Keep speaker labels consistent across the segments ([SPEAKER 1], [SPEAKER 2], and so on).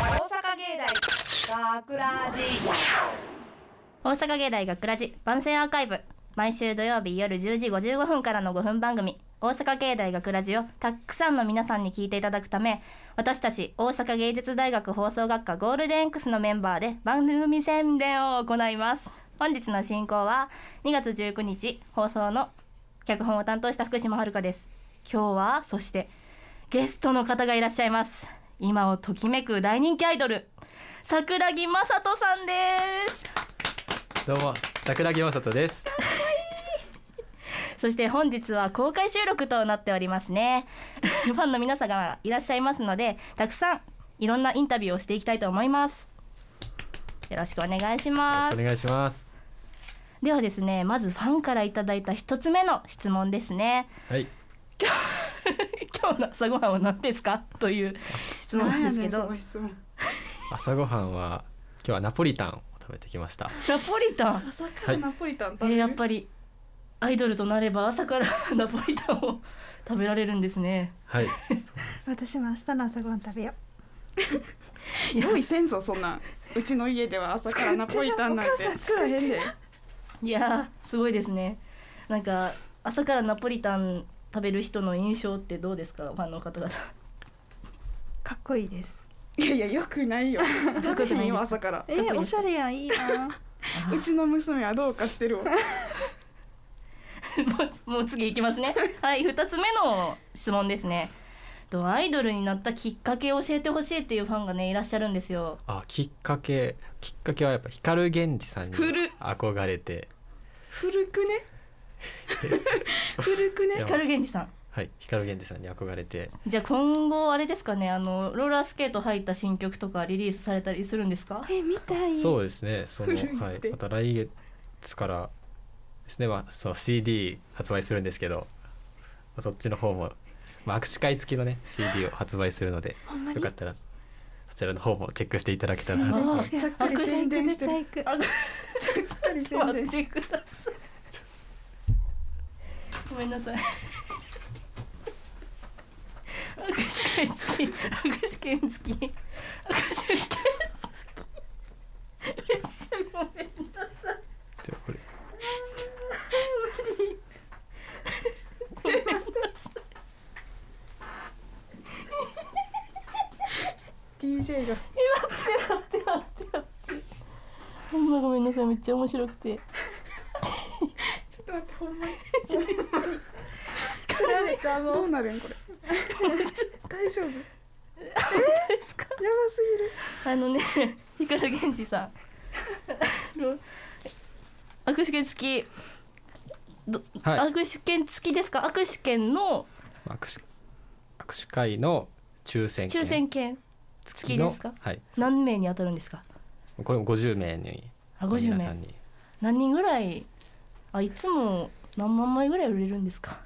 [SPEAKER 1] 芸大学ラジ
[SPEAKER 2] 大阪芸大学ラジ番宣アーカイブ毎週土曜日夜10時55分からの5分番組「大阪芸大学ラジをたくさんの皆さんに聞いていただくため私たち大阪芸術大学放送学科ゴールデン X のメンバーで番組宣伝を行います本日の進行は2月19日放送の脚本を担当した福島遥です今日はそしてゲストの方がいらっしゃいます今をときめく大人気アイドル桜木雅人さんです
[SPEAKER 3] どうも桜木雅人です
[SPEAKER 2] そして本日は公開収録となっておりますね。 ファンの皆様がいらっしゃいますので、たくさんいろんなインタビューをしていきたいと思います。よろしくお願いしま
[SPEAKER 3] お
[SPEAKER 2] す。
[SPEAKER 3] 願いします
[SPEAKER 2] ではですね、まずファンからいただいた一つ目の質問ですね。
[SPEAKER 3] はい
[SPEAKER 2] 今日の朝ごはんは何ですかという質問なんですけど、
[SPEAKER 4] 質問
[SPEAKER 3] 朝ごはんは今日はナポリタンを食べてきました
[SPEAKER 2] ナポリタン。
[SPEAKER 4] 朝か
[SPEAKER 3] は
[SPEAKER 4] ら
[SPEAKER 3] い
[SPEAKER 4] ナポリタン食
[SPEAKER 2] え
[SPEAKER 4] べる、
[SPEAKER 2] ーやっぱりアイドルとなれば朝から ナポリタンを食べられるんですね。
[SPEAKER 3] はい
[SPEAKER 5] 私も明日の朝ごはん食べよ
[SPEAKER 4] 用意せんぞそんなんうちの家では朝からナポリタンなんて 作らへんで
[SPEAKER 2] いやーすごいですねなんか朝からナポリタン食べる人の印象ってどうですかファンの方々
[SPEAKER 5] うかっこいいです
[SPEAKER 4] いやいやよくないよ
[SPEAKER 2] どういうこと
[SPEAKER 4] 食べへ
[SPEAKER 2] なんで
[SPEAKER 4] ん
[SPEAKER 2] す
[SPEAKER 4] よ
[SPEAKER 2] か
[SPEAKER 4] 朝から
[SPEAKER 5] え
[SPEAKER 2] かっこいいです
[SPEAKER 5] ー、おしゃれやんいいな
[SPEAKER 4] うちの娘はどうかしてるわ
[SPEAKER 2] もうもう次いきますねはい2つ目の質問ですねとアイドルになったきっかけを教えてほしいっていうファンがねいらっしゃるんですよ
[SPEAKER 3] あきっかけきっかけはやっぱ光源氏さんに
[SPEAKER 4] 古っ
[SPEAKER 3] 憧れて
[SPEAKER 4] 古くね古く
[SPEAKER 3] い
[SPEAKER 4] ね
[SPEAKER 3] や
[SPEAKER 2] 光源氏さん
[SPEAKER 3] はい光源氏さんに憧れて
[SPEAKER 2] じゃあ今後あれですかねあのローラースケート入った新曲とかリリースされたりするんですか
[SPEAKER 5] えー、見たい
[SPEAKER 3] そう
[SPEAKER 5] う
[SPEAKER 3] ですねその
[SPEAKER 4] 古いって
[SPEAKER 3] はいまた来月からですねまあそう CD 発売するんですけどまあそっちの方もまあ握手会付きのね CD を発売するので
[SPEAKER 5] ほんまに
[SPEAKER 3] よかったらそちらの方もチェックしていただけたら
[SPEAKER 2] す
[SPEAKER 3] な
[SPEAKER 2] ごい
[SPEAKER 3] と
[SPEAKER 5] いや
[SPEAKER 4] ちゃっかり宣伝してる
[SPEAKER 5] 絶対行く
[SPEAKER 2] あ
[SPEAKER 4] ちょっかり宣
[SPEAKER 2] 待
[SPEAKER 4] 伝
[SPEAKER 2] っ
[SPEAKER 4] し
[SPEAKER 2] て
[SPEAKER 4] て
[SPEAKER 2] くださいごめんなさい握手券付き握手券付き握手券付きめっちゃごめんなさい
[SPEAKER 3] ちょこれ
[SPEAKER 2] ごめんなさい待って待っ
[SPEAKER 4] DJ が
[SPEAKER 2] て待ってほんまごめんなさいめっちゃ面白くて
[SPEAKER 4] ちょっと待ってほんまにどうなるんこれ 大丈夫やばすぎる
[SPEAKER 2] あのね光源氏さんあの握手券付きど
[SPEAKER 3] はい
[SPEAKER 2] 握手券付きですか握手券の
[SPEAKER 3] 握手握手会の抽選券
[SPEAKER 2] 抽選券
[SPEAKER 3] 付
[SPEAKER 2] きですか
[SPEAKER 3] はい
[SPEAKER 2] 何名に当たるんですか
[SPEAKER 3] これも50名に
[SPEAKER 2] あ50
[SPEAKER 3] 皆さ
[SPEAKER 2] 名
[SPEAKER 3] んに
[SPEAKER 2] 何人ぐらいあいつも何万枚ぐらい売れるんですか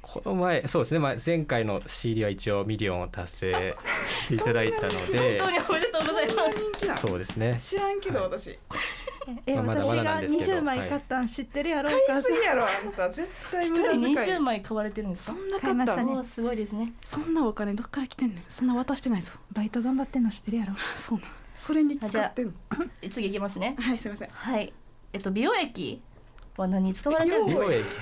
[SPEAKER 3] この前そうですね、まあ、前回の CD は一応ミリオンを達成していただいたので
[SPEAKER 2] 本当におめでとうござい
[SPEAKER 4] そん
[SPEAKER 2] ま
[SPEAKER 4] な
[SPEAKER 2] す
[SPEAKER 4] 人気な
[SPEAKER 3] そうですね
[SPEAKER 4] ん知らんけど私
[SPEAKER 5] え
[SPEAKER 3] まあまだ
[SPEAKER 5] 私
[SPEAKER 3] まだなん
[SPEAKER 5] が
[SPEAKER 3] ですけど
[SPEAKER 5] 20枚買ったん知ってるやろお
[SPEAKER 4] 買
[SPEAKER 5] 母
[SPEAKER 4] い
[SPEAKER 5] さ
[SPEAKER 4] す
[SPEAKER 5] ん
[SPEAKER 4] ぎやろあんた絶対
[SPEAKER 2] 一
[SPEAKER 4] 無
[SPEAKER 2] 人
[SPEAKER 4] 駄遣い
[SPEAKER 2] 20枚買われてるんです
[SPEAKER 4] そ
[SPEAKER 2] か
[SPEAKER 4] んな買
[SPEAKER 5] 買い
[SPEAKER 4] っ
[SPEAKER 5] ましたたね
[SPEAKER 4] の
[SPEAKER 2] おーすごいですね
[SPEAKER 4] そんなお金どっから来てんのよそんな渡してないぞ
[SPEAKER 5] バイト頑張ってんの知ってるやろ
[SPEAKER 4] そうなんそれに使ってんの
[SPEAKER 2] 次いきますね
[SPEAKER 4] はいすいません
[SPEAKER 2] はいえっと美容液は何に使われてるんで
[SPEAKER 4] 美
[SPEAKER 2] す
[SPEAKER 3] 美
[SPEAKER 2] か
[SPEAKER 4] 容
[SPEAKER 3] 容液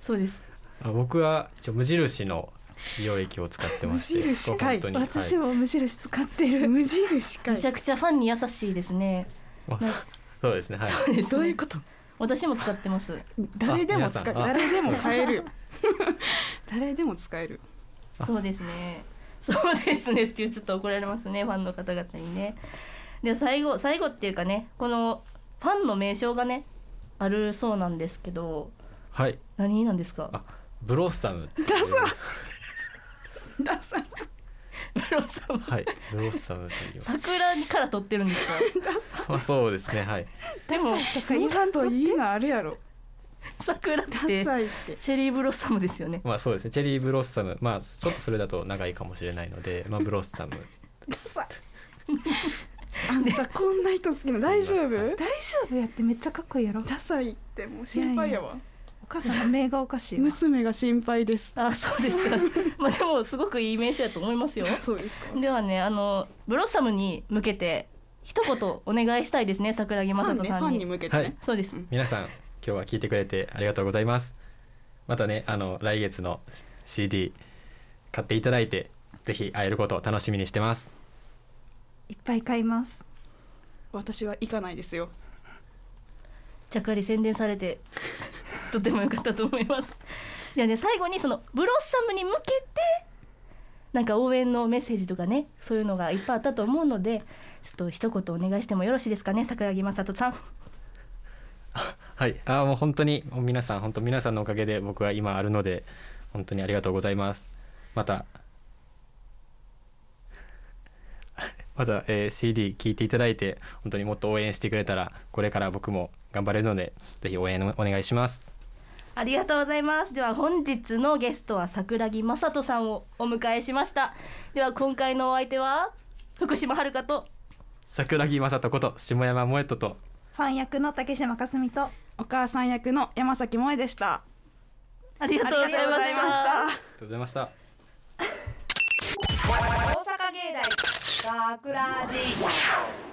[SPEAKER 2] そうです
[SPEAKER 3] あ僕は一応無印の美容液を使ってまして
[SPEAKER 4] 無印かい
[SPEAKER 3] これ本当に
[SPEAKER 5] 私も無印使ってる
[SPEAKER 4] 無印か
[SPEAKER 2] めちゃ
[SPEAKER 4] い
[SPEAKER 2] くちゃファンに優しいですね
[SPEAKER 3] はいまあそうですねはい
[SPEAKER 2] そうですね
[SPEAKER 4] どういうこと
[SPEAKER 2] 私も使ってます
[SPEAKER 4] 誰でも使え
[SPEAKER 3] 皆さんあ
[SPEAKER 4] 誰でも買えるよ 誰でも使える
[SPEAKER 3] あ
[SPEAKER 2] そうですね。そうですねっていうちょっと怒られますねファンの方々にね。で最後最後っていうかねこのファンの名称がねあるそうなんですけど
[SPEAKER 3] はい
[SPEAKER 2] 何なんですか
[SPEAKER 3] あブロッサムっていう
[SPEAKER 4] ダサい
[SPEAKER 2] ブロさん
[SPEAKER 3] はいブロッサムと言います
[SPEAKER 2] 桜から撮ってるんですか
[SPEAKER 3] まあそうですねはい
[SPEAKER 2] でも
[SPEAKER 5] と か
[SPEAKER 4] ちゃんといいのあるやろ
[SPEAKER 2] 桜っ
[SPEAKER 4] ダ
[SPEAKER 2] て
[SPEAKER 4] サいって
[SPEAKER 2] チェリーブロッサムですよね
[SPEAKER 3] まあそうですねチェリーブロッサムまあちょっとそれだと長いかもしれないのでまあブロッサム
[SPEAKER 4] ダサいあんたこんな 人好きなの大丈夫
[SPEAKER 5] 大丈夫やってめっちゃかっこいいやろ
[SPEAKER 4] ダサいってもう心配やわ
[SPEAKER 5] お母さんの名がおかしいわ
[SPEAKER 4] 娘が心配です
[SPEAKER 2] あそうですかまあでもすごくいい名刺だと思いますよ
[SPEAKER 4] そうですか
[SPEAKER 2] ではねあのブロッサムに向けて一言お願いしたいですね桜木
[SPEAKER 4] フ
[SPEAKER 2] 雅人
[SPEAKER 4] ァンねフ
[SPEAKER 2] さん
[SPEAKER 4] ァン
[SPEAKER 2] に
[SPEAKER 4] に向けて
[SPEAKER 3] はい
[SPEAKER 4] ね
[SPEAKER 2] そうです
[SPEAKER 4] うん
[SPEAKER 3] 皆さん今日は聞いてくれてありがとうございますまたねあの来月の CD 買っていただいてぜひ会えることを楽しみにしてます
[SPEAKER 5] いっぱい買います
[SPEAKER 4] 私は行かないですよ
[SPEAKER 2] ちゃっかり宣伝されて とても良かったと思いますいやね最後にそのブロッサムに向けてなんか応援のメッセージとかねそういうのがいっぱいあったと思うのでちょっと一言お願いしてもよろしいですかね桜木雅人さん
[SPEAKER 3] はいあーもう本当にもう皆さん本当皆さんのおかげで僕は今あるので本当にありがとうございますまたまた、えー CD 聞いていただいて本当にもっと応援してくれたらこれから僕も頑張れるのでぜひ応援お願いします
[SPEAKER 2] ありがとうございますでは本日のゲストは桜木雅人さんをお迎えしましたでは今回のお相手は福島遥と
[SPEAKER 3] 桜木雅人こと下山萌人と
[SPEAKER 5] ファン役の竹島かすみと
[SPEAKER 4] お母さん役の山崎萌でした
[SPEAKER 2] ありがとうございました
[SPEAKER 3] ありがとうございました
[SPEAKER 1] 大阪芸大学ラジ